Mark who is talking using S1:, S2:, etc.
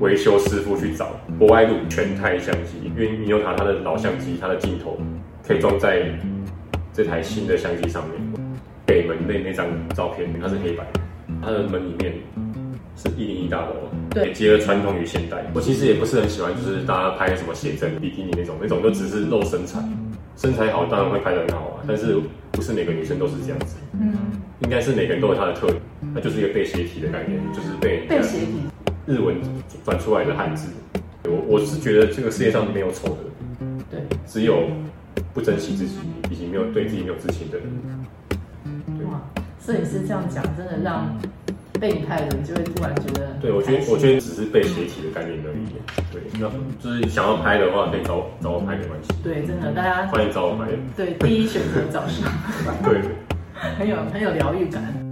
S1: 维修师傅去找国外录全台相机，因为尼欧塔它的老相机，它的镜头可以装在这台新的相机上面。北门那那张照片它是黑白的，它的门里面是一零一大楼，
S2: 对
S1: 也结合传统与现代。我其实也不是很喜欢，就是大家拍什么写真、比基尼那种，那种就只是露身材，身材好当然会拍得很好啊，但是不是每个女生都是这样子。
S2: 嗯，
S1: 应该是每个人都有他的特点，它就是一个被斜体的概念，就是被
S2: 被写体，
S1: 日文转出来的汉字。我我是觉得这个世界上没有丑的人，
S2: 对，
S1: 只有不珍惜自己以及没有对自己没有自信的人。
S2: 哇，所以你是这样讲，真的让被你拍的人就会突然觉得很开心，
S1: 对，我觉得我觉得只是被斜体的概念而已。对，那就是想要拍的话，可以找我找我拍没关系，
S2: 对，真的大家
S1: 欢迎找我拍。
S2: 对第一选择早上
S1: 对，
S2: 很有很有疗愈感。